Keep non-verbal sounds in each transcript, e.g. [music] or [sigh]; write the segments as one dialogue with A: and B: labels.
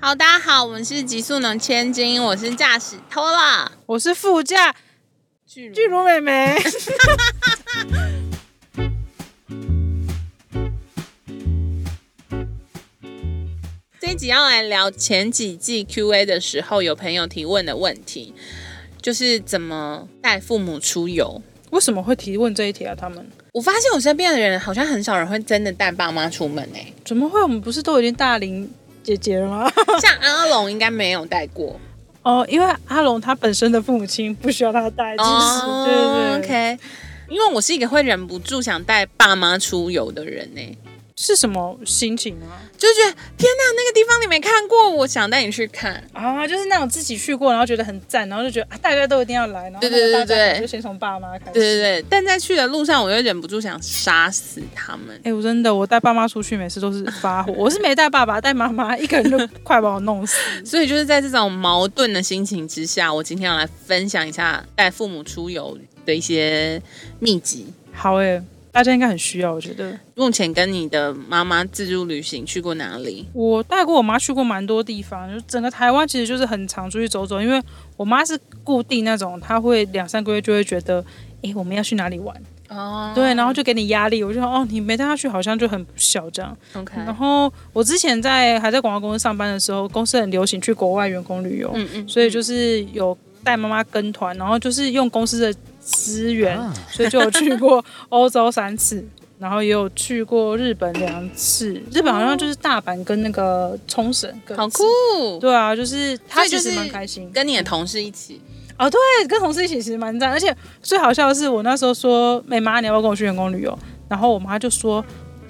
A: 好，大家好，我们是极速能千金，我是驾驶偷了
B: 我是副驾
A: 巨
B: 巨乳妹妹。
A: 这一集要来聊前几季 Q&A 的时候，有朋友提问的问题，就是怎么带父母出游。
B: [laughs] 为什么会提问这一题啊？他们
A: 我发现我身边的人好像很少人会真的带爸妈出门欸
B: [laughs]
A: 诶、
B: 怎么会？我们不是都已经大龄姐姐了 [laughs] 吗？
A: 像阿龙应该没有带过。
B: 哦，因为阿龙他本身的父母亲不需要他带，其实、哦对对对
A: OK，因为我是一个会忍不住想带爸妈出游的人呢、
B: 是什么心情啊？
A: 就觉得天哪，那个地方你没看过，我想带你去看。
B: 啊，就是那种自己去过，然后觉得很赞，然后就觉得啊，大家都一定要来，然后
A: 对对对
B: 那个大家
A: 对
B: 可能就先从爸妈开始。
A: 对对对，但在去的路上，我又忍不住想杀死他们。
B: 哎、我真的，我带爸妈出去每次都是发火。我是没带爸爸，带妈妈，一个人就快把我弄 [laughs] 死。
A: 所以就是在这种矛盾的心情之下，我今天要来分享一下带父母出游的一些秘籍。
B: 好哎、大家应该很需要，我觉得。
A: 目前跟你的妈妈自助旅行去过哪里？
B: 我带过我妈去过蛮多地方，就整个台湾其实就是很常出去走走，因为我妈是固定那种，她会两三个月就会觉得，诶、我们要去哪里玩，
A: 哦
B: 对，然后就给你压力，我就说，哦，你没带她去好像就很不孝这样。
A: OK，
B: 然后我之前在还在广告公司上班的时候，公司很流行去国外员工旅游，
A: 嗯嗯，
B: 所以就是有带妈妈跟团，然后就是用公司的资源，所以就有去过欧洲三次，然后也有去过日本两次。日本好像就是大阪跟那个冲绳，
A: 好酷。。
B: 对啊，就是
A: 所
B: 他
A: 以就
B: 其
A: 是
B: 实蛮开心，
A: 跟你的同事一起，
B: 哦，对，跟同事一起其实蛮赞，而且最好笑的是，我那时候说，妹妈，你要不要跟我去员工旅游？然后我妈就说，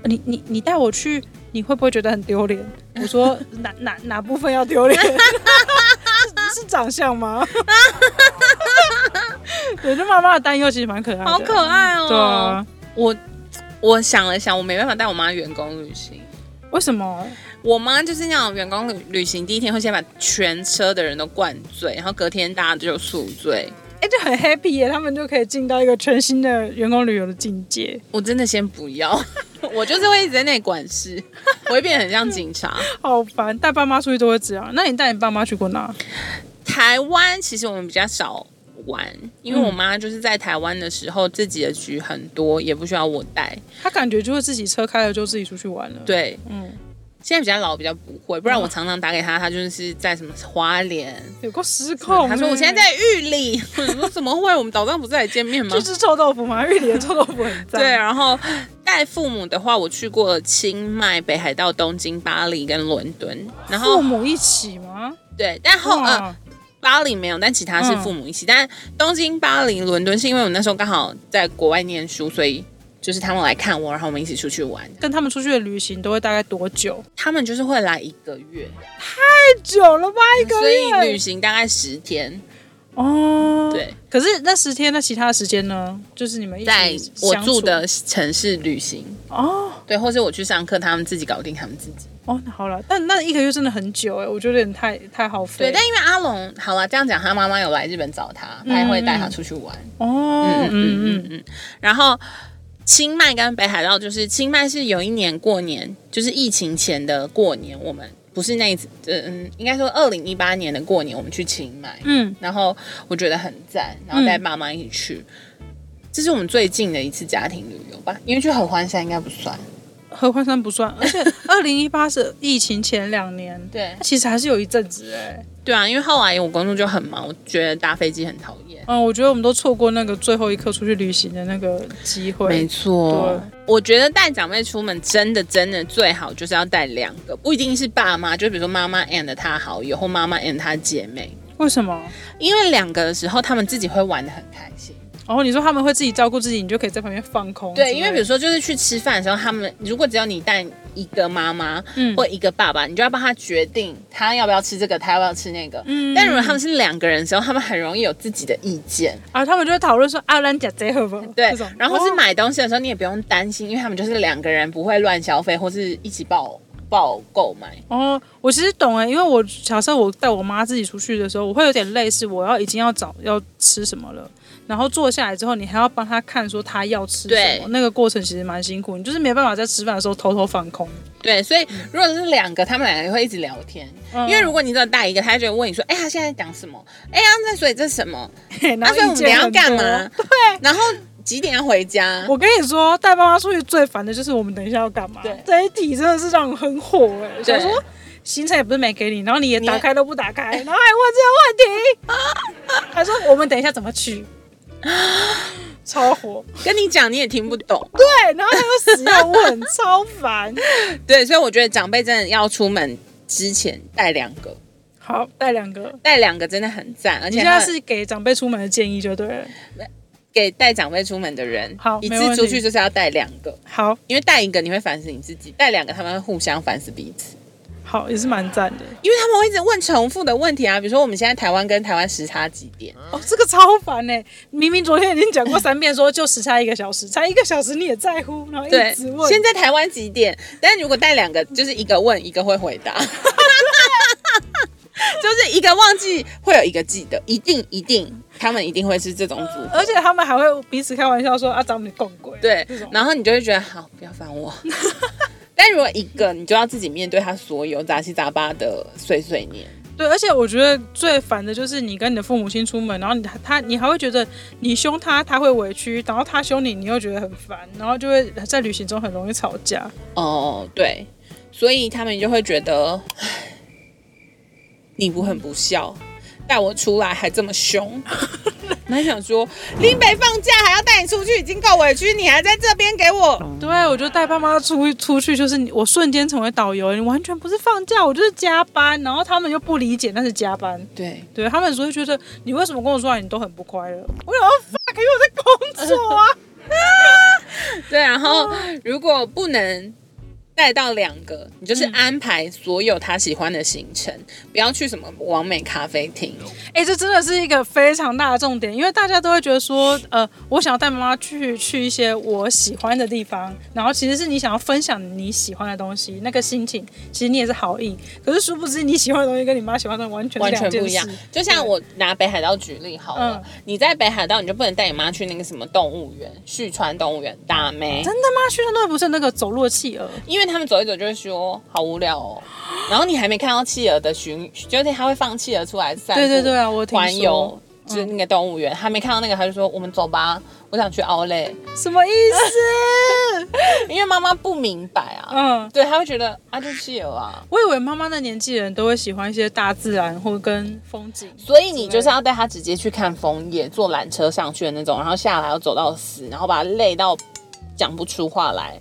B: 你你你带我去，你会不会觉得很丢脸？我说哪哪哪部分要丢脸？ [laughs] 是是长相吗？ [laughs] 对，就妈妈的担忧其实蛮可爱的，
A: 好可爱哦。
B: 对啊，
A: 我我想了想，我没办法带我妈员工旅行。
B: 为什么？
A: 我妈就是那种员工旅旅行第一天会先把全车的人都灌醉，然后隔天大家就宿醉。
B: 哎、就很 happy 耶，他们就可以进到一个全新的员工旅游的境界。
A: 我真的先不要， [laughs] 我就是会一直在那里管事， [laughs] 我会变得很像警察。
B: 好烦，带爸妈出去都会这样。那你带你爸妈去过哪？
A: 台湾其实我们比较少玩，因为我妈就是在台湾的时候自己的局很多，也不需要我带。
B: 他感觉就是自己车开了就自己出去玩了。
A: 对，
B: 嗯，
A: 现在比较老，比较不会，不然我常常打给她，她就是在什么花莲，
B: 有够失控。
A: 她说我现在。在玉里， [laughs] 我说怎么会？我们早上不是来见面吗
B: 就？是臭豆腐嘛，玉里的臭豆腐很赞。
A: 对，，然后带父母的话，我去过了清迈、北海道、东京、巴黎跟伦敦，然
B: 父
A: 后
B: 母一起吗？
A: 对，但后呃
B: 哇，
A: 巴黎没有，但其他是父母一起。但东京、巴黎、伦敦是因为我那时候刚好在国外念书，所以就是他们来看我，然后我们一起出去玩。
B: 跟他们出去的旅行都会大概多久？
A: 他们就是会来一个月，
B: 太久了吧，一个
A: 所以旅
B: 月。
A: 行大概十天。
B: 哦，。
A: 对，
B: 可是那十天，那其他的时间呢？就是你们一起
A: 在我
B: 相处
A: 住的城市旅行，
B: 哦
A: 对，或是我去上课，他们自己搞定他们自己。
B: 哦，那好了，但那一个月真的很久哎，我觉得有点太太耗费。
A: 对，但因为阿龙，好了，这样讲，他妈妈有来日本找他，他也会带他出去玩。
B: 哦，嗯嗯
A: 嗯嗯，然后清迈跟北海道，就是清迈是有一年过年，就是疫情前的过年，我们不是那一次，嗯，应该说二零一八年的过年，我们去清迈，
B: 嗯
A: 然后我觉得很赞，然后带爸妈一起去。这是我们最近的一次家庭旅游吧，因为去合欢山应该不算。
B: 嗯，合欢山不算，而 [laughs] 且二零一八是疫情前两年，
A: 对
B: 其实还是有一阵子哎。
A: 对啊，因为后来我工作就很忙，我觉得搭飞机很讨厌。
B: 嗯，我觉得我们都错过那个最后一刻出去旅行的那个机会。
A: 没错，我觉得带长辈出门真的真的最好就是要带两个，不一定是爸妈，就比如说妈妈 and 她好友或妈妈 and 她姐妹，
B: 为什么？
A: 因为两个的时候他们自己会玩的很开心。
B: 然、哦后你说他们会自己照顾自己，你就可以在旁边放空之类的。
A: 对，因为比如说就是去吃饭的时候，他们如果只有你带一个妈妈
B: 嗯
A: 或一个爸爸，你就要帮他决定他要不要吃这个，他要不要吃那个。
B: 嗯
A: 但如果他们是两个人的时候，他们很容易有自己的意见，
B: 啊，他们就会讨论说啊，咱假这好不好？
A: [laughs] 对
B: 这种。
A: 然后是
B: 哦
A: 买东西的时候，你也不用担心，因为他们就是两个人，不会乱消费或是一起爆报购买。
B: 哦，我其实懂哎，因为我小时候我带我妈自己出去的时候，我会有点类似，我要已经要找要吃什么了，然后坐下来之后，你还要帮她看说她要吃什
A: 对
B: 么，那个过程其实蛮辛苦，你就是没办法在吃饭的时候偷偷放空， [laughs]
A: 对，所以如果是两个，他们两个会一直聊天，
B: 嗯
A: 因为如果你只有带一个，他就会问你说：“哎、他现在讲什么？哎呀，那所以这是什么？
B: 嘿然
A: 那
B: 后
A: 所以我
B: 意
A: 们等一
B: 见
A: 下要
B: 很多
A: 干嘛？？”
B: 对，
A: 然后几点要回家？
B: 我跟你说，带妈妈出去最烦的就是我们等一下要干嘛
A: 对。
B: 这一题真的是让我很火哎、
A: 对
B: 想说行程也不是没给你，然后你也
A: 你也
B: 打开都不打开，然后还问这个
A: [laughs]
B: 问题，还说我们等一下怎么去，超火。
A: 跟你讲你也听不懂。
B: 对，然后他又死要问，超烦。
A: 对，所以我觉得长辈真的要出门之前带两个，
B: 好，带两个。
A: 带两个真的很赞，而
B: 你
A: 且
B: 现在
A: 他
B: 是给长辈出门的建议就对了。
A: 给带长辈出门的人，
B: 好
A: 一
B: 没问
A: 次
B: 题
A: 出去就是要带两个，
B: 好
A: 因为带一个你会烦死你自己，带两个他们会互相烦死彼此。
B: 好也是蛮赞的。
A: 因为他们会一直问重复的问题啊，比如说我们现在台湾跟台湾时差几点？
B: 哦，这个超烦呢、明明昨天已经讲过三遍，说就时差一个小时，才一个小时你也在乎，然后
A: 对
B: 一直问。，
A: 现在台湾几点？但如果带两个，就是一个问，一个会回答， [laughs] 就是一个忘记，会有一个记得，一定一定，他们一定会是这种组合。
B: 而且他们还会彼此开玩笑说啊，咱们共轨。
A: 对
B: 这种，
A: 然后你就会觉得好，不要烦
B: [laughs]
A: 我。但如果一个，你就要自己面对他所有杂七杂八的碎碎念。
B: 对，而且我觉得最烦的就是你跟你的父母亲出门，然后你他你还会觉得你凶他，他会委屈，然后他凶你，你又觉得很烦，然后就会在旅行中很容易吵架。
A: 哦，对，所以他们就会觉得，唉你不很不孝，带我出来还这么凶。那想说，林北放假还要带你出去，已经够委屈，你还在这边给我。
B: 对，啊我觉得带爸妈出去出去，就是你我瞬间成为导游，你完全不是放假，我就是加班，然后他们又不理解那是加班，
A: 对，
B: 对他们只会觉得你为什么跟我说话你都很不快乐，我想要 fuck，因为我在工作啊。
A: 对，然后如果不能带到两个，你就是安排所有他喜欢的行程，不要去什么完美咖啡厅。
B: 哎、这真的是一个非常大的重点，因为大家都会觉得说，呃，我想要带妈妈去去一些我喜欢的地方，然后其实是你想要分享你喜欢的东西，那个心情，其实你也是好意，可是殊不知你喜欢的东西跟你妈喜欢的东西完全是
A: 完全
B: 两件
A: 不
B: 事
A: 一样。就
B: 嗯
A: 像我拿北海道举例好了，你在北海道你就不能带你妈去那个什么动物园，旭川动物园大妹，
B: 真的吗？去那都不是那个走路的企鹅，
A: 因为他们走一走就会说好无聊哦，然后你还没看到企鹅的巡，就是他会放企鹅出来散步，
B: 对对对啊我听说嗯
A: 环游。就是那个动物园，还没看到那个，他就说我们走吧，我想去奥莱，
B: 什么意思？ [laughs]
A: 因为妈妈不明白啊，
B: 嗯，
A: 对，她会觉得啊，就企鹅啊，
B: 我以为妈妈那年纪人都会喜欢一些大自然或跟风景，
A: 所以你就是要带他直接去看枫叶，坐缆车上去的那种，然后下来要走到死，然后把他累到讲不出话
B: [laughs]
A: 来，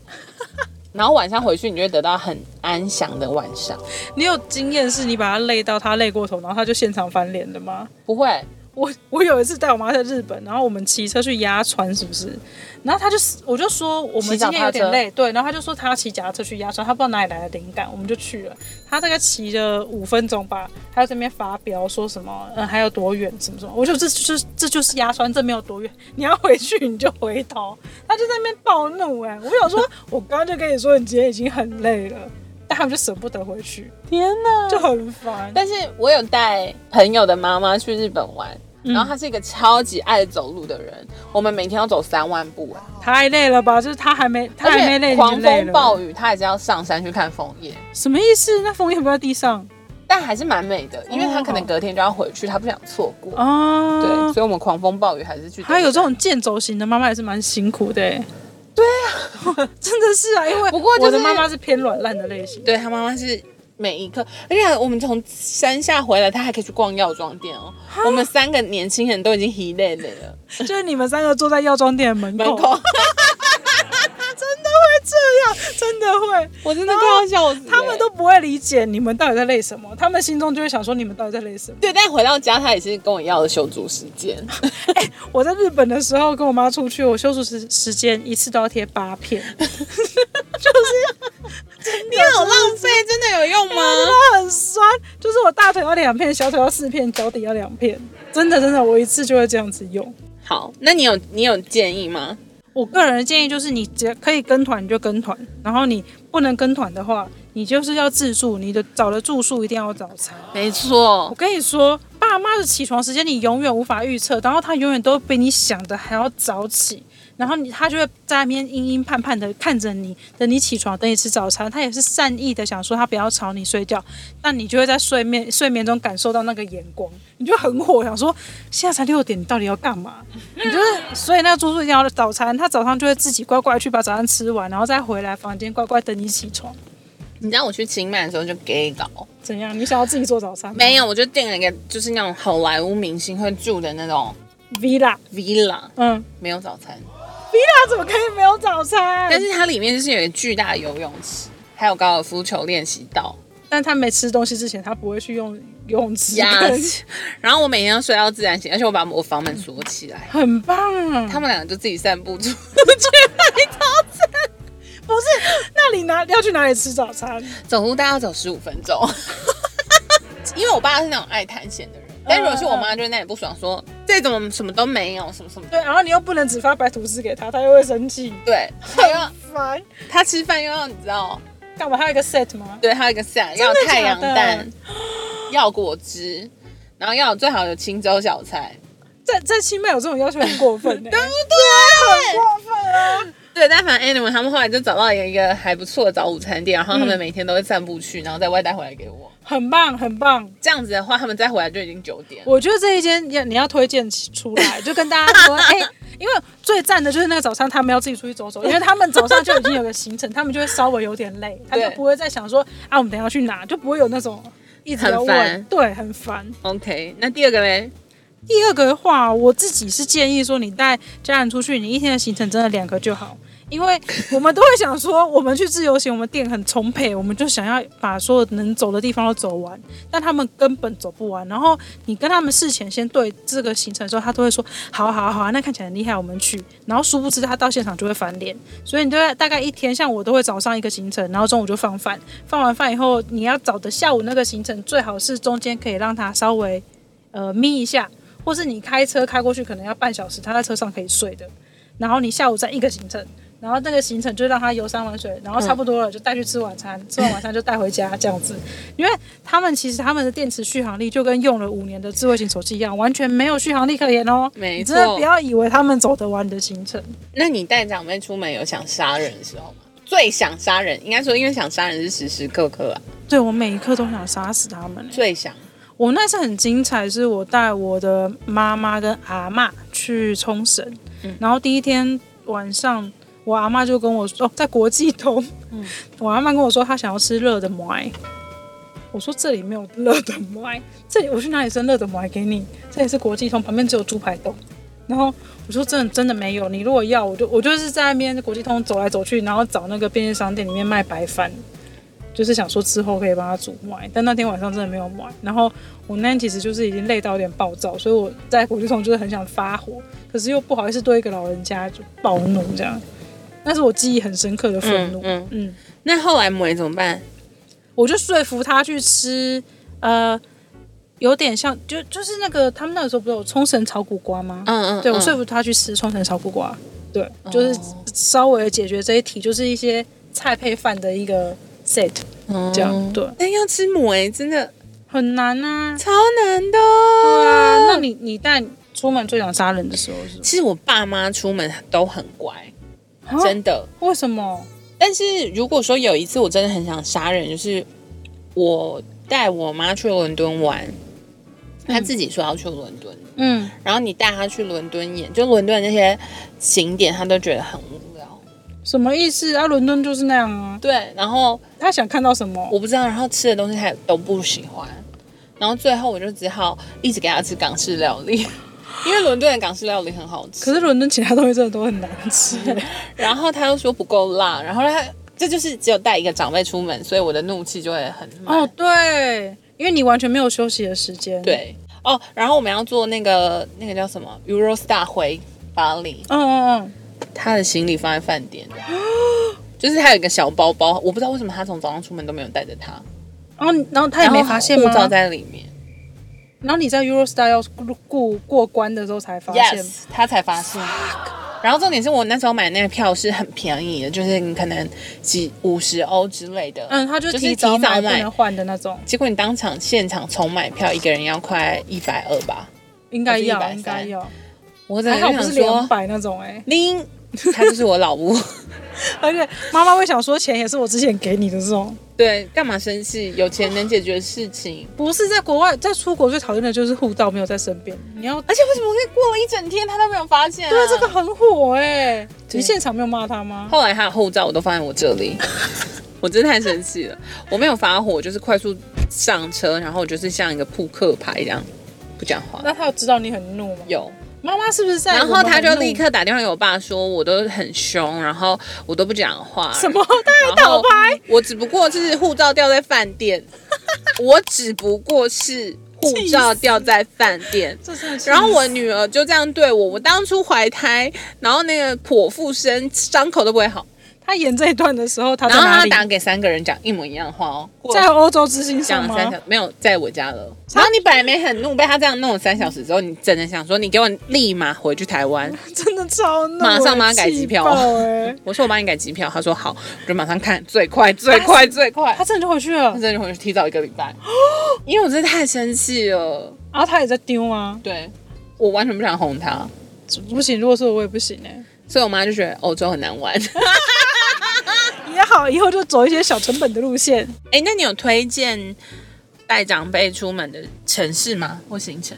A: 然后晚上回去你就会得到很安详的晚上。
B: 你有经验是你把他累到他累过头，然后他就现场翻脸的吗？
A: 不会，
B: 我我有一次带我妈在日本，然后我们骑车去鸭川，是不是？然后她就是，我就说我们今天有点累，对，然后她就说她要骑脚踏车去鸭川，她不知道哪里来的灵感，我们就去了。她大概骑了五分钟吧，她在那边发飙说什么，嗯，还有多远，什么什么，我就这就是这就是鸭川，这没有多远，你要回去你就回头。她就在那边暴怒哎、我想说，我刚刚就跟你说你今天已经很累了，但他们就舍不得回去，
A: 天哪！
B: 就很烦。
A: 但是我有带朋友的妈妈去日本玩，
B: 嗯
A: 然后她是一个超级爱走路的人，我们每天要走三万步、哎
B: 太累了吧？就是她还没她还没
A: 而
B: 累，
A: 且
B: 你就
A: 狂
B: 累
A: 风
B: 了
A: 暴雨，她还是要上山去看枫叶。
B: 什么意思？那枫叶不在地上
A: 但还是蛮美的，因为她可能隔天就要回去，她不想错过。对，
B: 哦。
A: 所以我们狂风暴雨还是去。
B: 还有这种健走型的妈妈也是蛮辛苦的、欸。对啊， [laughs] 真的是啊，因为
A: 不过就是
B: 我的妈妈是偏软烂的
A: [laughs]
B: 类型。
A: 对他妈妈是每一刻，而且我们从山下回来，他还可以去逛药妆店哦。我们三个年轻人都已经疲累累了，
B: 就是你们三个坐在药妆店的门
A: 门
B: 口，
A: 口
B: [laughs] 真的会这样，真的会。
A: 我真的快要笑死了。欸
B: 他们都不会理解你们到底在累什么，他们心中就会想说你们到底在累什么。
A: 对，但回到家他也是跟我要了休足时 [laughs] 间，
B: 我在日本的时候跟我妈出去，我休息时时间一次都要贴八片，
A: 你好浪费， [laughs] 真的有用吗？
B: 它很酸，就是我大腿要两片，小腿要四片，脚底要两片，真的真的，我一次就会这样子用。
A: 好，那你有你有建议吗？
B: 我个人的建议就是，你只可以跟团你就跟团，然后你不能跟团的话，你就是要自助，你的找的住宿一定要早餐。
A: 没错
B: 我，跟你说，爸妈的起床时间你永远无法预测，然后他永远都比你想的还要早起，然后你他就会在那边阴阴盼盼的看着你，等你起床，等你吃早餐，他也是善意的想说他不要吵你睡觉，但你就会在睡眠睡眠中感受到那个眼光，你就很火，想说现在才六点，你到底要干嘛？你就是所以那个住宿一定要早餐，他早上就会自己乖乖去把早餐吃完，然后再回来房间乖乖等你起床。
A: 你知道我去清迈的时候就 gay 搞，
B: 怎样？你想要自己做早餐吗？
A: 没有，我就订了一个就是那种好莱坞明星会住的那种
B: villa，
A: villa，
B: 嗯
A: 没有早餐，
B: ，villa 怎么可以没有早餐？
A: 但是它里面就是有一个巨大的游泳池，还有高尔夫球练习
B: [laughs]
A: 道。
B: 但他没吃东西之前，他不会去用游泳池
A: Yes [laughs] 然后我每天要睡到自然醒，而且我把我房门锁起来。
B: 很棒啊！
A: 他们两个就自己散步出去买早餐，
B: 不是，那你哪要去哪里吃早餐？
A: 走路大概要走十五分钟。 [laughs] 因为我爸是那种爱探险的人，但如果是我
B: 嗯
A: 妈，就在那里不爽说，这怎么什么都没有，什么什么。
B: 对，然后你又不能只发白吐司给他，他又会生气。
A: 对，他又要
B: 烦，
A: 他吃饭又要你知道，
B: 干嘛？他有一个 set 吗？
A: 对，还有一个 set，要
B: 的假的
A: 太阳蛋，要果汁，然后要有最好有青州小菜，
B: 在在清迈有这种要求很过分、欸，
A: 对
B: [laughs]
A: 不对？
B: 过分啊！
A: 对，但反正 anyway，他们后来就找到一个还不错的早午餐店，然后他们每天都会散步去，然后再外带回来给我。
B: 很棒，很棒。
A: 这样子的话，他们再回来就已经九点。
B: 我觉得这一间要你要推荐出来， [laughs] 就跟大家说，哎、因为最赞的就是那个早上，他们要自己出去走走，因为他们早上就已经有个行程，他们就会稍微有点累，他就
A: 对
B: 不会再想说啊，我们等一下要去哪，就不会有那种一直要
A: 很烦
B: 问，对，很烦。
A: OK，那第二个嘞，
B: 第二个的话，我自己是建议说，你带家人出去，你一天的行程真的两个就好，因为我们都会想说，我们去自由行，我们电很充沛，我们就想要把所有能走的地方都走完，但他们根本走不完。然后你跟他们事前先对这个行程的时候，他都会说，好啊好啊好啊，那看起来很厉害，我们去。然后殊不知他到现场就会翻脸，所以你就在大概一天，像我都会早上一个行程，然后中午就放饭，放完饭以后，你要找的下午那个行程，最好是中间可以让他稍微呃眯一下，或是你开车开过去可能要半小时，他在车上可以睡的。然后你下午再一个行程，然后那个行程就让他游山玩水，然后
A: 嗯
B: 差不多了就带去吃晚餐，吃完晚餐就带回家这样子。因为他们其实他们的电池续航力就跟用了五年的智慧型手机一样，完全没有续航力可言哦。
A: 没错
B: 你真的不要以为他们走得完你的行程。
A: 那你带长辈出门有想杀人的时候吗？最想杀人，应该说，因为想杀人是时时刻刻啊，
B: 对我每一刻都想杀死他们。
A: 最想。
B: 我那次很精彩，是我带我的妈妈跟阿嬷去冲绳，然后第一天晚上，我阿嬷就跟我说，哦，在国际通，我阿嬷跟我说她想要吃热的麦，我说这里没有热的麦，这里我去哪里生热的麦给你？这里是国际通，旁边只有猪排冻。然后我说真的真的没有，你如果要，我就我就是在那边国际通走来走去，然后找那个便利商店里面卖白饭，就是想说之后可以帮他煮麦，但那天晚上真的没有麦。然后我那天其实就是已经累到有点暴躁，所以我在国际通就是很想发火，可是又不好意思对一个老人家就暴怒这样。那是我记忆很深刻的愤怒。
A: 嗯
B: 嗯
A: 那后来母怎么办？
B: 我就说服他去吃，呃，有点像，就就是那个他们那个时候不是有冲绳炒苦瓜吗？
A: 嗯嗯哦
B: 对我说
A: 睡
B: 服他去吃冲绳炒苦瓜，对，就是稍微解决这一题，就是一些菜配饭的一个 set，
A: 嗯
B: 这样、对，
A: 但要吃母哎，真的
B: 很难啊。
A: 超难的。
B: 对
A: 对
B: 啊，那你你带出门最想杀人的时候是
A: 其实我爸妈出门都很乖，
B: 啊
A: 真的。
B: 为什么？
A: 但是如果说有一次我真的很想杀人，就是我带我妈去伦敦玩，她自己说要去伦敦，
B: 嗯，
A: 然后你带她去伦敦演，就伦敦的那些景点，她都觉得很无聊。
B: 什么意思啊？伦敦就是那样啊，
A: 对，然后
B: 他想看到什么？
A: 我不知道，然后吃的东西她也都不喜欢，然后最后我就只好一直给她吃港式料理， [laughs] 因为伦敦的港式料理很好吃。
B: 可是伦敦其他东西真的都很难
A: [laughs]
B: 吃。欸
A: 然后她又说不够辣，然后她这就是只有带一个长辈出门，所以我的怒气就会很满。
B: 哦，对，因为你完全没有休息的时间。，
A: 对哦，然后我们要坐那个那个叫什么 Eurostar 回巴黎，
B: 嗯嗯嗯，
A: 他的行李放在饭
B: [gasps]
A: 店，就是他有一个小包包，我不知道为什么他从早上出门都没有带着他，
B: 然后然后他也没发现吗？
A: 护照在里面
B: 然后你在 Eurostar 要过过关的时候才发现，
A: ，yes，他才发现，然后重点是我那时候买那个票是很便宜的，就是你可能几五十欧之类的。
B: 嗯，他就
A: 就是
B: 提
A: 提
B: 早
A: 早
B: 买不
A: 买
B: 能换的那种，
A: 结果你当场现场重买票，一个人要快一百二吧？
B: 应该
A: 还
B: 要，
A: 是130
B: 应该要，
A: 我真
B: 还
A: 的
B: 好
A: 就
B: 不
A: 想
B: 是两
A: 说，
B: 百那种哎、
A: 拎，她就是我老婆。
B: 而且妈妈会想说钱也是我之前给你的这种，
A: 对，干嘛生气？有钱能解决的事情。
B: 不是在国外，在出国最讨厌的就是护照没有在身边，你要
A: 而且为什么会过了一整天，他都没有发现、啊？
B: 对啊，这个很火哎、
A: 对
B: 你现场没有骂他吗？
A: 后来他的护照我都放在我这里， [laughs] 我真的太生气了。我没有发火，我就是快速上车，然后我就是像一个扑克牌一样不讲话。
B: 那他有知道你很怒吗？
A: 有，
B: 妈妈是不是在？
A: 然后他就立
B: 我
A: 刻打电话给我爸说，我都很凶，然后我都不讲话。
B: 们很怒什么？他还
A: 然
B: 倒
A: 后
B: 拍？
A: 我只不过是护照掉在饭
B: [laughs]
A: 店，我只不过是护照掉在饭店。
B: 这真的是
A: 然后我女儿就这样对我，我当初怀胎，然后那个剖腹生，伤口都不会好。
B: 他演这一段的时候，他在
A: 然后
B: 哪
A: 他
B: 里？
A: 打给三个人讲一模一样的话哦，
B: 在欧洲之星上
A: 讲
B: 吗？
A: 三小没有在我家了。然后你本来没很怒，被他这样弄了三小时之后，你真的想说，你给我立马回去台湾。
B: 真的超怒欸，
A: 马上帮他改机票
B: 气爆欸
A: 我说我帮你改机票，他说好，我就马上看，最快最快最快。
B: 他真的就回去
A: 他
B: 了，
A: 真的回去提早一个礼
B: [gasps]
A: 拜，因为我真的太生气了。
B: 然后他也在丢啊，
A: 对我完全不想哄他，
B: 不行，如果是我，我也不行哎、
A: 所以我妈就觉得欧洲很难玩。
B: 也好，以后就走一些小成本的路线。
A: 哎、那你有推荐带长辈出门的城市吗？或行程？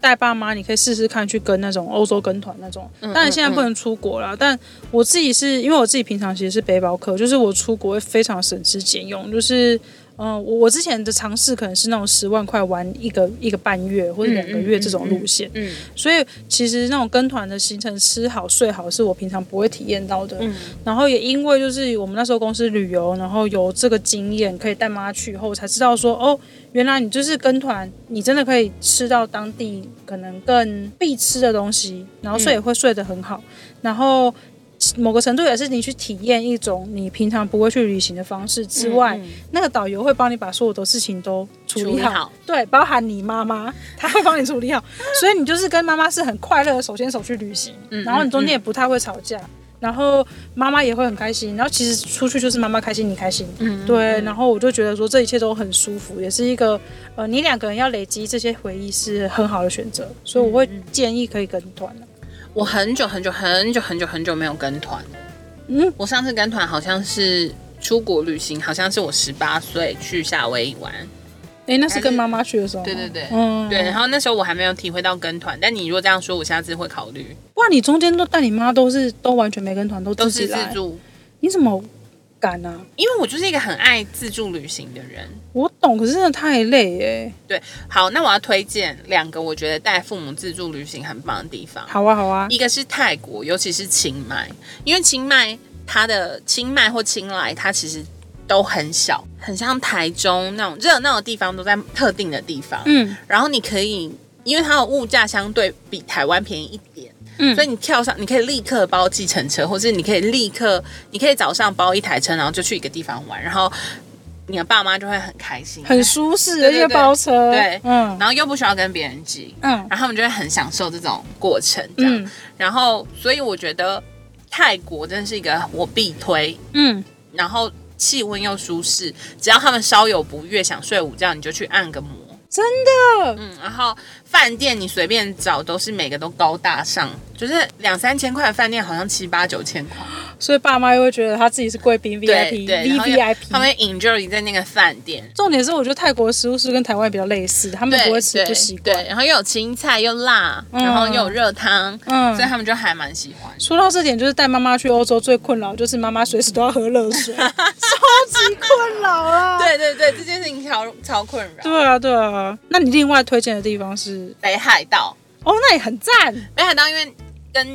B: 带爸妈，你可以试试看去跟那种欧洲跟团那种。
A: 嗯
B: 当然现在不能出国啦，但我自己是因为我自己平常其实是背包客，就是我出国会非常省吃俭用，就是。嗯，我我之前的尝试可能是那种十万块玩一个一个半月或者两个月这种路线，
A: 嗯
B: 所以其实那种跟团的行程吃好睡好是我平常不会体验到的。
A: 嗯
B: 然后也因为就是我们那时候公司旅游，然后有这个经验可以带妈去以后，我才知道说哦，原来你就是跟团，你真的可以吃到当地可能更必吃的东西，然后睡也会睡得很好，
A: 嗯
B: 然后。某个程度也是你去体验一种你平常不会去旅行的方式之外，
A: 嗯嗯
B: 那个导游会帮你把所有的事情都处
A: 处
B: 理
A: 理
B: 好，
A: 好
B: 对，包含你妈妈，她会帮你处理好，所以你就是跟妈妈是很快乐的手牵手去旅行，然后你中间也不太会吵架，然后妈妈也会很开心，然后其实出去就是妈妈开心你开心，对，然后我就觉得说这一切都很舒服，也是一个呃你两个人要累积这些回忆是很好的选择，所以我会建议可以跟团啊的。
A: 我很久很久很久很久很久没有跟团。
B: 嗯
A: 嗯，我上次跟团好像是出国旅行，好像是我十八岁去夏威夷玩。
B: 嗯诶，那是跟妈妈去的时候吗，
A: 对对对，
B: 嗯，
A: 对。然后那时候我还没有体会到跟团，但你如果这样说，我下次会考虑，
B: 哇，你中间都带你妈都是都完全没跟团，都
A: 都
B: 自己
A: 是自
B: 来，
A: 助，
B: 你怎么敢啊？
A: 因为我就是一个很爱自助旅行的人。
B: 我懂，可是真的太累耶。
A: 对，好，那我要推荐两个我觉得带父母自助旅行很棒的地方，
B: 好啊，好啊，
A: 一个是泰国，尤其是清迈，因为清迈它的清迈或清莱，它其实都很小，很像台中那种热闹的地方都在特定的地方。
B: 嗯
A: 然后你可以，因为它的物价相对比台湾便宜一点，
B: 嗯
A: 所以你跳上，你可以立刻包计程车，或是你可以立刻，你可以早上包一台车，然后就去一个地方玩，然后你的爸妈就会很开心，
B: 很舒适的
A: 对
B: 一
A: 对
B: 个包车，
A: 对
B: 嗯
A: 然后又不需要跟别人挤，
B: 嗯
A: 然后他们就会很享受这种过程，这样。
B: 嗯
A: 然后，所以我觉得泰国真是一个我必推，
B: 嗯，
A: 然后气温又舒适，只要他们稍有不悦，想睡午觉，你就去按个摩。
B: 真的，
A: 嗯，然后饭店你随便找都是每个都高大上，就是两三千块的饭店好像七八九千块，
B: 所以爸妈又会觉得他自己是贵宾 VIP
A: 对对，然后又他
B: VVIP。
A: 们 enjoy 在那个饭店，
B: 重点是，我觉得泰国的食物是跟台湾比较类似，他们
A: 对
B: 不会吃
A: 对
B: 不习
A: 对，
B: 惯。
A: 然后又有青菜又辣，然后又有热汤，
B: 嗯
A: 所以他们就还蛮喜欢。
B: 说到这点，就是带妈妈去欧洲最困扰就是妈妈随时都要喝
A: [laughs]
B: 热水，超级困扰啦。
A: 对对对，这件事情超超困扰。
B: 对啊，对啊。那你另外推荐的地方是？
A: 北海道，
B: 哦，那也很赞。
A: 北海道因为跟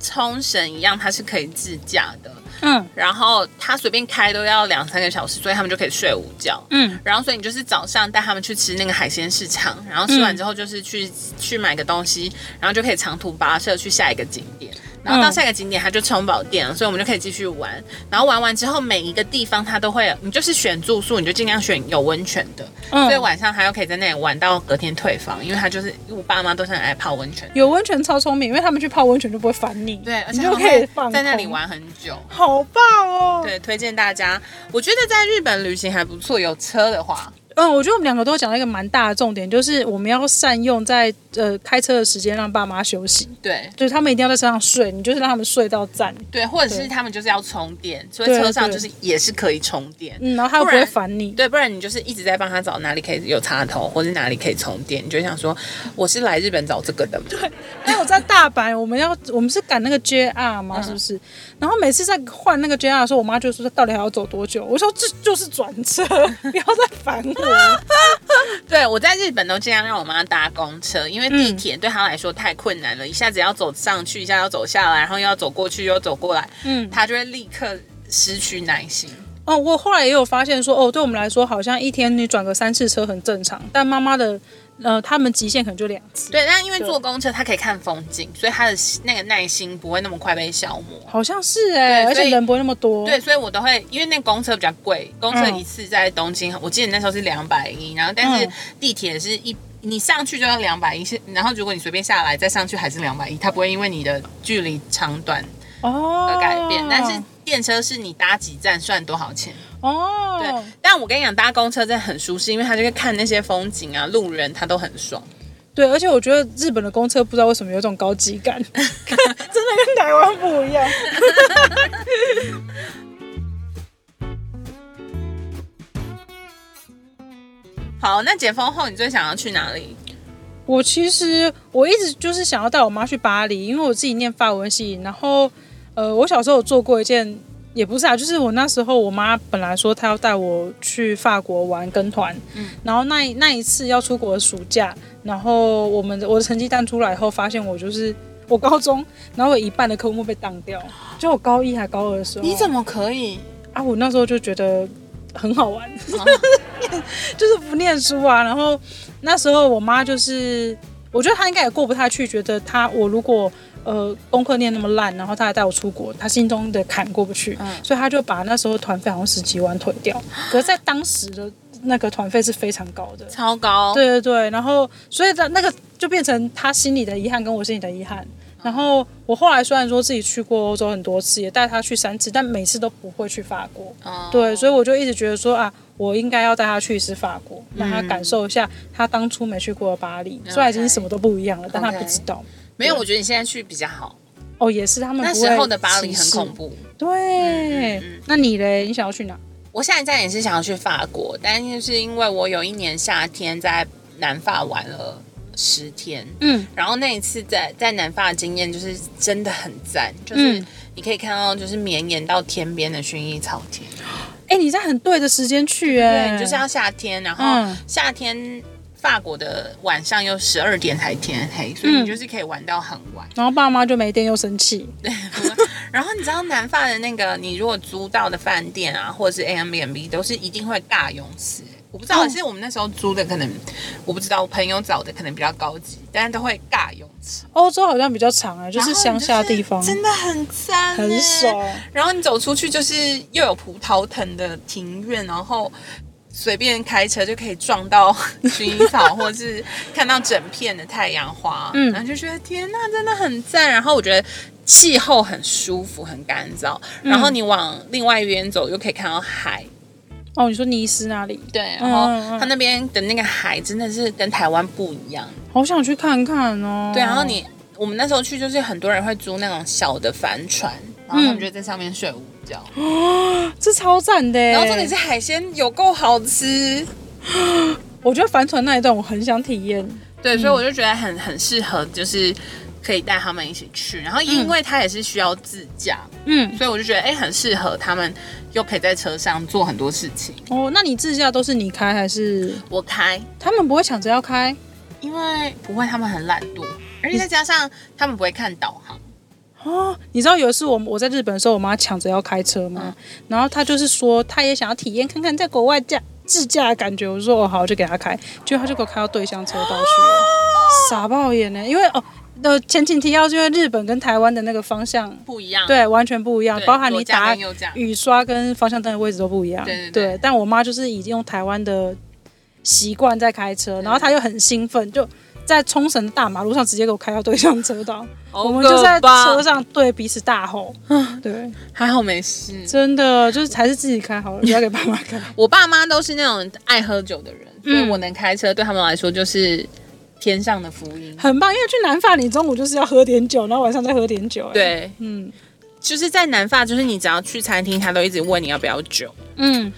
A: 冲绳一样，它是可以自驾的，
B: 嗯
A: 然后他随便开都要两三个小时，所以他们就可以睡午觉。
B: 嗯
A: 然后所以你就是早上带他们去吃那个海鲜市场，然后
B: 嗯
A: 吃完之后就是去、去买个东西，然后就可以长途跋涉去下一个景点。然
B: 嗯
A: 后到下一个景点，它就充饱电了，所以我们就可以继续玩。然后玩完之后，每一个地方它都会，你就是选住宿，你就尽量选有温泉的，所以
B: 嗯，
A: 晚上还又可以在那里玩到隔天退房，因为他就是我爸妈都是很爱泡温泉，
B: 有温泉超聪明，因为他们去泡温泉就不会烦你，
A: 对，而
B: 你
A: 且
B: 就
A: 他
B: 可以放
A: 在那里
B: 空，
A: 玩很久。
B: 好棒哦。
A: 对，推荐大家。我觉得在日本旅行还不错，有车的话，
B: 嗯，我觉得我们两个都讲到一个蛮大的重点，就是我们要善用在呃开车的时间让爸妈休息，
A: 对
B: 就是他们一定要在车上睡，你就是让他们睡到站，
A: 对，或者是
B: 对
A: 他们就是要充电，所以
B: 对
A: 车上就
B: 对
A: 是也是可以充电。
B: 嗯，然后他又不
A: 不然
B: 会烦你。
A: 对，不然你就是一直在帮他找哪里可以有插头，或者哪里可以充电，你就会想说我是来日本找这个的吗？
B: 还有在大阪，哎我们要我们是赶那个 JR
A: 嗯
B: 嘛，是不是？然后每次在换那个 JR 的时候，我妈就说到底还要走多久？我说这就是转车， [laughs] 不要再烦我。
A: 对，我在日本都尽量让我妈搭公车，因为
B: 嗯
A: 地铁对她来说太困难了，一下子要走上去，一下要走下来，然后又要走过去，又要走过来，
B: 嗯，
A: 她就会立刻失去耐心。
B: 哦，我后来也有发现说，哦，对我们来说好像一天你转个三次车很正常，但妈妈的呃，他们极限可能就两次。
A: 对，但因为坐公车她可以看风景，所以她的那个耐心不会那么快被消磨。
B: 好像是
A: 对
B: 哎、而
A: 所
B: 且
A: 以
B: 人不会那么多。
A: 对，所以我都会，因为那公车比较贵，公车
B: 嗯
A: 一次在东京，我记得那时候是两百一，然后但是
B: 嗯
A: 地铁是一，你上去就要两百一，是，然后如果你随便下来再上去还是两百一，它不会因为你的距离长短
B: 哦，
A: 而改变，但是。电车是你搭几站算多少钱？
B: 哦，
A: 对，但我跟你讲，搭公车真的很舒适，因为它就会看那些风景啊，路人他都很爽。
B: 对，而且我觉得日本的公车不知道为什么有一种高
A: [laughs]
B: 级感， [laughs] 真的跟台湾不一样。
A: 好，那解封后你最想要去哪里？
B: 我其实我一直就是想要带我妈去巴黎，因为我自己念法文系，然后呃，我小时候有做过一件，也不是啊，就是我那时候我妈本来说她要带我去法国玩跟团，然后那一那一次要出国的暑假，然后我们的我的成绩单出来后，发现我就是我高中，然后我一半的科目被当掉，就我高一还高二的时候，
A: 你怎么可以？
B: 啊，我那时候就觉得很好玩， [laughs] 就是不念书啊。然后那时候我妈就是，我觉得她应该也过不太去，觉得她我如果呃功课念那么烂，然后她还带我出国，她心中的坎过不去，所以她就把那时候团费好像十几万退掉。可是，在当时的那个团费是非常高的，
A: 超高，
B: 对对对，然后所以他那个就变成他心里的遗憾跟我心里的遗憾。然后我后来虽然说自己去过欧洲很多次，也带他去三次，但每次都不会去法国。
A: 哦
B: 对，所以我就一直觉得说啊，我应该要带他去一次法国，
A: 嗯
B: 让他感受一下他当初没去过的巴黎。虽然已经什么都不一样了，但他不知道。
A: 没有，我觉得你现在去比较好。
B: 哦，也是他们
A: 那
B: 不会
A: 时候的巴黎
B: 歧
A: 很
B: 视
A: 恐。怖。嗯
B: 对，那你嘞？你想要去哪？
A: 我下一站也是想要去法国，但是因为我有一年夏天在南法玩了十天，
B: 嗯
A: 然后那一次在在南法的经验就是真的很赞，就是
B: 嗯
A: 你可以看到就是绵延到天边的薰衣草田，
B: 哎，你在很对的时间去哎、
A: 对，你就是要夏天，然后
B: 嗯
A: 夏天。法国的晚上又十二点才天黑，所以
B: 嗯
A: 你就是可以玩到很晚。
B: 然后爸妈就没电又生气。
A: 然后你知道南法的那个，你如果租到的饭店啊，或者是 Airbnb，都是一定会大泳池。我不知道，
B: 哦
A: 是我们那时候租的，可能我不知道，我朋友找的可能比较高级，但是都会尬泳池，
B: 欧洲好像比较长哎、就是乡下地方，
A: 然后你就是真的很赞，欸
B: 很爽。。
A: 然后你走出去就是又有葡萄藤的庭院，然后随便开车就可以撞到薰衣草，或是看到整片的太阳花，
B: [laughs] 嗯
A: 然后就觉得天呐，真的很赞。然后我觉得。气候很舒服，很干燥，
B: 嗯
A: 然后你往另外一边走，又可以看到海。
B: 哦，你说尼斯那里，
A: 对，然
B: 嗯嗯
A: 后它那边的那个海真的是跟台湾不一样。
B: 好想去看看哦。
A: 对，然后你我们那时候去，就是很多人会租那种小的帆船，然后他们就在上面睡午觉。
B: 这超赞的、欸
A: 然后重点是，海鲜有够好吃，
B: 我觉得帆船那一段我很想体验。
A: 对，所以我就觉得很很适合，就是可以带他们一起去。然后因为他也是需要自驾，
B: 嗯，
A: 所以我就觉得哎、诶很适合他们，又可以在车上做很多事情。
B: 哦，那你自驾都是你开还是
A: 我开，
B: 他们不会抢着要开？
A: 因为不会他们很懒惰，而且再加上他们不会看导航，
B: 哦，你知道有一次我我在日本的时候，我妈抢着要开车嘛，然后她就是说她也想要体验看看在国外驾自驾的感觉。我说哦好，就给她开，结果她就给我开到对向车道去了，傻爆眼呢。因为哦，呃，前情提要是因为日本跟台湾的那个方向
A: 不一样，
B: 对完全不一样，
A: 对，
B: 包含你
A: 左架
B: 打
A: 跟右架，
B: 雨刷跟方向灯的位置都不一样。
A: 对对对
B: 对，但我妈就是已经用台湾的习惯在开车，然后她又很兴奋，就在冲绳的大马路上直接给我开到对向车道。我们就在车
A: 吧，
B: 上对彼此大吼，
A: 啊
B: 对，
A: 还好没事。
B: 真的就是还是自己开好了，不要给爸妈开。 [laughs]
A: 我爸妈都是那种爱喝酒的人，所以
B: 嗯
A: 我能开车对他们来说就是天上的福音。
B: 很棒，因为去南法你中午就是要喝点酒，然后晚上再喝点酒、哎，
A: 对，
B: 嗯
A: 就是在南法，就是你只要去餐厅，他都一直问你要不要酒。
B: 嗯，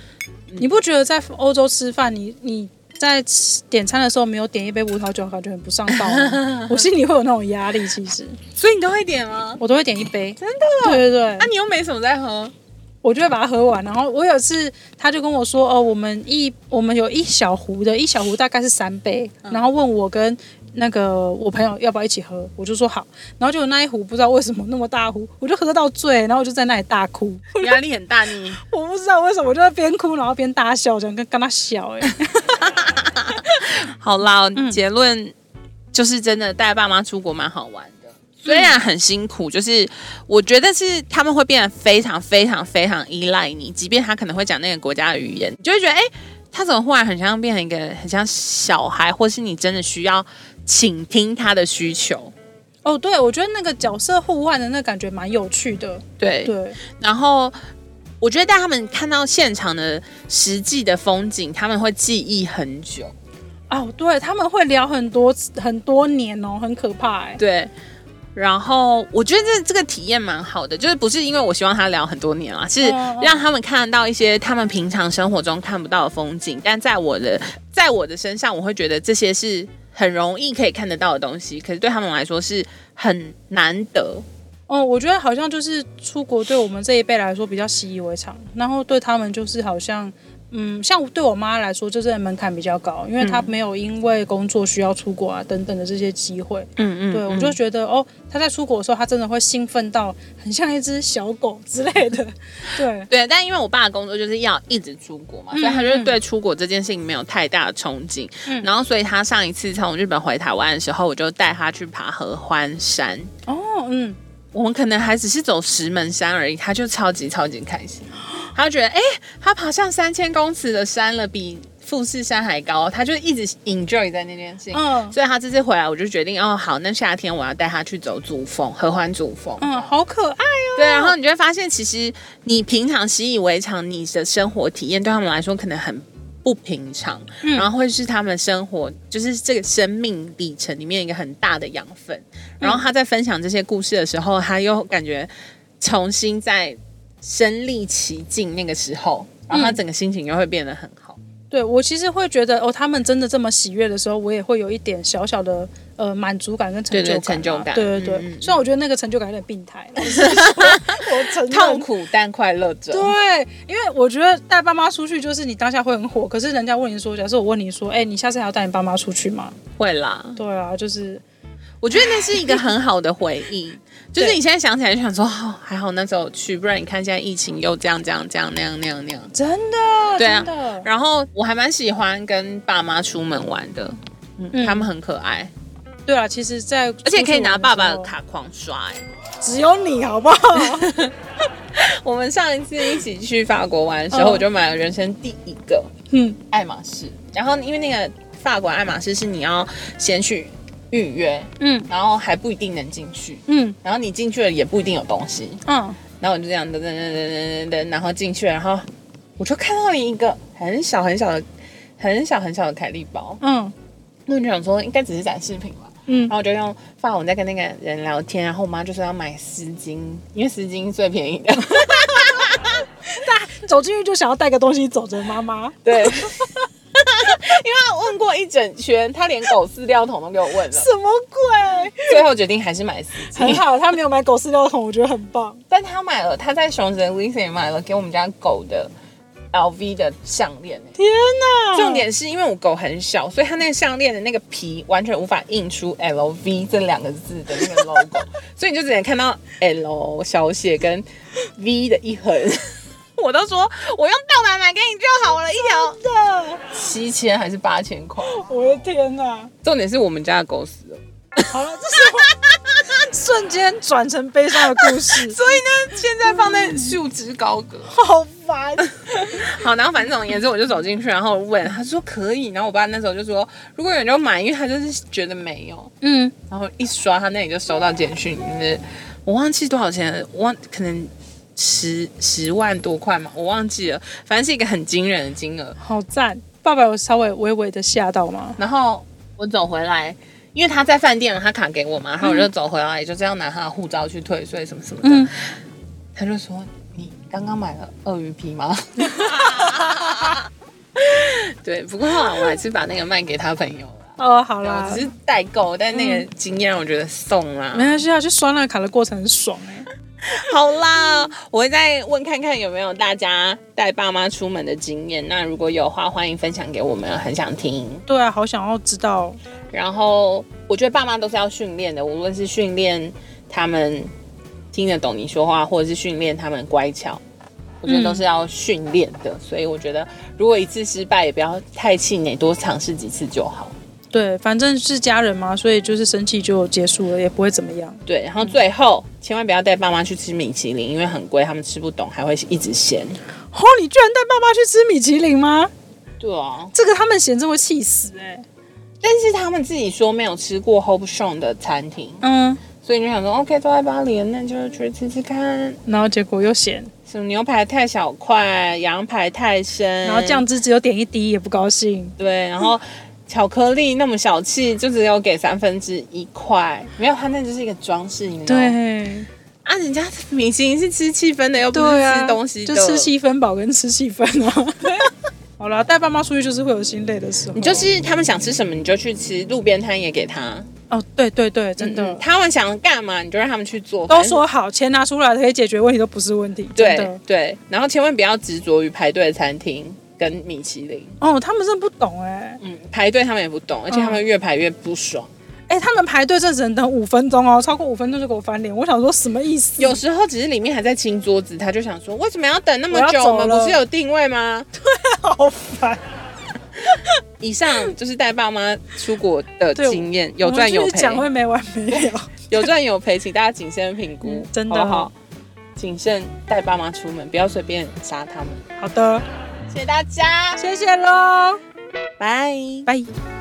B: 你不觉得在欧洲吃饭，你你在吃点餐的时候没有点一杯葡萄酒，感觉很不上道 [laughs] 吗？我心里会有那种压力，其实
A: 所以你都会点吗？
B: 我都会点一杯，真的，啊对对对，
A: 啊那、你又没什么在喝，
B: 我就会把它喝完。然后我有一次，他就跟我说：“哦，我们一我们有一小壶的，一小壶大概是三杯。然后问我跟那个我朋友要不要一起喝，我就说好。然后就有那一壶不知道为什么那么大壶，我就喝到醉，然后我就在那里大哭。
A: [laughs]
B: [laughs]
A: 压力很大你。
B: 我不知道为什么，我就在边哭然后边大笑，这样跟跟他笑、欸。哎，
A: 好啦，结论就是真的带爸妈出国蛮好玩的，虽然很辛苦，就是我觉得是他们会变得非常非常非常依赖你，即便他可能会讲那个国家的语言，你就会觉得哎、诶他怎么忽然很像变成一个很像小孩，或是你真的需要倾听他的需求。
B: 哦，对，我觉得那个角色互换的那感觉蛮有趣的。
A: 对，
B: 对，
A: 然后我觉得带他们看到现场的实际的风景，他们会记忆很久。
B: 哦，对，他们会聊很多很多年哦，很可怕哎、
A: 对，然后我觉得这这个体验蛮好的，就是不是因为我希望他聊很多年啊，是
B: 嗯嗯
A: 让他们看到一些他们平常生活中看不到的风景，但在我的在我的身上，我会觉得这些是很容易可以看得到的东西，可是对他们来说是很难得。
B: 哦，我觉得好像就是出国对我们这一辈来说比较习以为常，然后对他们就是好像，嗯，像对我妈来说，就是门槛比较高，因为
A: 嗯
B: 她没有因为工作需要出国啊等等的这些机会。
A: 嗯嗯，
B: 对，我就觉得哦，她在出国的时候，她真的会兴奋到很像一只小狗之类的。
A: [laughs]
B: 对，
A: 对，但因为我爸的工作就是要一直出国嘛，所以他
B: 嗯
A: 就是对出国这件事情没有太大的憧憬。然后，所以他上一次从日本回台湾的时候，我就带他去爬合欢山。
B: 哦，嗯，
A: 我们可能还只是走石门山而已，他就超级超级开心，他就觉得哎、诶他爬上三千公尺的山了，比富士山还高，他就一直 enjoy 在那件事情。
B: 嗯
A: 所以他这次回来，我就决定哦，好，那夏天我要带他去走主峰，合欢主峰。
B: 嗯，好可爱哦。
A: 对，然后你就会发现，其实你平常习以为常，你的生活体验对他们来说可能很不平常，然后会是他们生活就是这个生命里程里面一个很大的养分。然后他在分享这些故事的时候，他又感觉重新在身历其境那个时候，然后他整个心情又会变得很好。
B: 对我其实会觉得哦，他们真的这么喜悦的时候，我也会有一点小小的呃满足感跟成就感、啊，
A: 对对成就感
B: 对对对
A: 嗯嗯嗯
B: 虽然我觉得那个成就感有点病态，
A: [laughs]
B: 老实说我承
A: 痛
B: 认。
A: 苦但快乐着，
B: 对，因为我觉得带爸妈出去，就是你当下会很火，可是人家问你说，假设我问你说，哎、你下次还要带你爸妈出去吗？
A: 会啦。
B: 对啊，就是
A: 我觉得那是一个很好的回
B: [laughs]
A: 忆，就是
B: 对
A: 你现在想起来就想说，哦，还好那时候去，不然你看现在疫情又这样这样这样那样那样那样。
B: 真的，
A: 对啊
B: 真的，
A: 然后我还蛮喜欢跟爸妈出门玩的，嗯，
B: 嗯
A: 他们很可爱，
B: 对啊，其实在，
A: 而且可以拿爸爸的，卡狂刷、欸。
B: 只有你好
A: [laughs]
B: 不好？
A: 我们上一次一起去法国玩的时候，
B: 嗯
A: 我就买了人生第一个
B: 嗯，
A: 爱马仕，然后因为那个法国爱马仕是你要先去预约，
B: 嗯，
A: 然后还不一定能进去，
B: 嗯，
A: 然后你进去了也不一定有东西，
B: 嗯，
A: 然后我就这样噔噔噔噔噔噔，然后进去了，然后我就看到了一个很小很小的、很小很小的凯利包，
B: 嗯，
A: 那我就想说应该只是展示品吧。
B: 嗯
A: 然后我就用法文在跟那个人聊天，然后我妈就说要买丝巾，因为丝巾最便宜的。
B: 走进去就想要带个东西走着，妈妈，
A: 对，因为她问过一整圈，她连狗饲料桶都给我问了，
B: 什么鬼？
A: 最后决定还是买丝巾
B: [laughs] 很。好，他没有买狗饲料桶，我觉得很棒。
A: 但他买了，他在熊神 l i s a 买了给我们家狗的 LV 的项链欸、
B: [laughs] 天哪！
A: 重点是因为我狗很小，所以它那个项链的那个皮完全无法印出 LV 这两个字的那 [laughs] 个 logo，所以你就只能看到 L 小写跟 V 的一横。 [laughs] 我都说我用盗版买给你就好了，一条
B: 的，
A: 七千还是八千块。
B: 我的天 [laughs] 哪！
A: 重点是我们家的狗死了，
B: 好了，这是我瞬间转成悲伤的故 [laughs] 事，
A: 所以呢，现在放在束之高阁。
B: 好烦。
A: [laughs] 好，然后反正总而言之，我就走进去，然后问他说可以，然后我爸那时候就说如果有人就买，因为他就是觉得没有，
B: [laughs] 嗯，
A: 然后一刷他那里就收到简讯，就是我忘记多少钱了，我忘可能十十万多块嘛，我忘记了，反正是一个很惊人的金额。
B: 好赞。爸爸有稍微微微的吓到吗？
A: 然后我走回来，因为他在饭店，他卡给我嘛，然后我就走回来，就这样拿他的护照去退税什么什么的。
B: 嗯
A: 他就说：“你刚刚买了鳄鱼皮吗？” [laughs] 对，不过后来我还是把那个卖给他朋友了。
B: 哦，好
A: 对
B: 啦
A: 我，只是代购，但那个经验让我觉得送啦。
B: 没关系啊，去刷那个卡的过程很爽哎、
A: [laughs] 好啦，我会再问看看有没有大家带爸妈出门的经验。那如果有的话，欢迎分享给我们，很想听。
B: 对啊，好想要知道。
A: 然后我觉得爸妈都是要训练的，无论是训练他们听得懂你说话，或者是训练他们乖巧，我觉得都是要训练的。所以我觉得，如果一次失败，也不要太气馁，多尝试几次就好。
B: 对，反正是家人嘛，所以就是生气就结束了，也不会怎么样。
A: 对，然后最后、千万不要带爸妈去吃米其林，因为很贵，他们吃不懂，还会一直嫌。
B: 哦，你居然带爸妈去吃米其林吗？
A: 对啊，
B: 这个他们嫌真会气死哎、
A: 但是他们自己说没有吃过 Hope s h o n 的餐厅，
B: 嗯，
A: 所以你就想说 OK 都在巴黎了，那就去吃吃看。
B: 然后结果又嫌，
A: 什么牛排太小块，羊排太深，
B: 然后酱汁只有点一滴，也不高兴。
A: 对，然后巧克力那么小气，就只有给三分之一块，没有，它那就是一个装饰，你知道吗
B: 对，
A: 啊，人家明星是吃气氛的，又不是
B: 对啊，
A: 吃东西的，
B: 就吃气氛饱跟吃气氛啊。 [laughs] 好啦，带爸妈出去就是会有心累的时候。
A: 你就是他们想吃什么你就去吃，路边摊也给他，
B: 哦，对对对，真的，
A: 嗯，他们想干嘛你就让他们去做，
B: 都说好，钱拿出来可以解决问题，都不是问题。真
A: 反
B: 的
A: 正对对，然后千万不要执着于排队的餐厅跟米其林，
B: 哦，他们真的不懂哎、
A: 嗯，排队他们也不懂，而且他们越排越不爽。
B: 哎、他们排队这只能等五分钟哦，超过五分钟就给我翻脸。我想说什么意思？
A: 有时候只是里面还在清桌子，他就想说为什么要等那么
B: 我要
A: 久？
B: 走
A: 我们
B: 了
A: 不是有定位吗？
B: 好烦，
A: 以 [laughs] 上就是带爸妈出国的
B: 对
A: 经验，有赚有
B: 我们继续讲会
A: 赔，
B: 没完没了。
A: 有赚有赔，请大家谨慎评估，
B: 嗯真的
A: 好不好？谨慎带爸妈出门，不要随便杀他们。
B: 好的，
A: 谢谢大家，
B: 谢谢喽，
A: 拜。
B: 拜。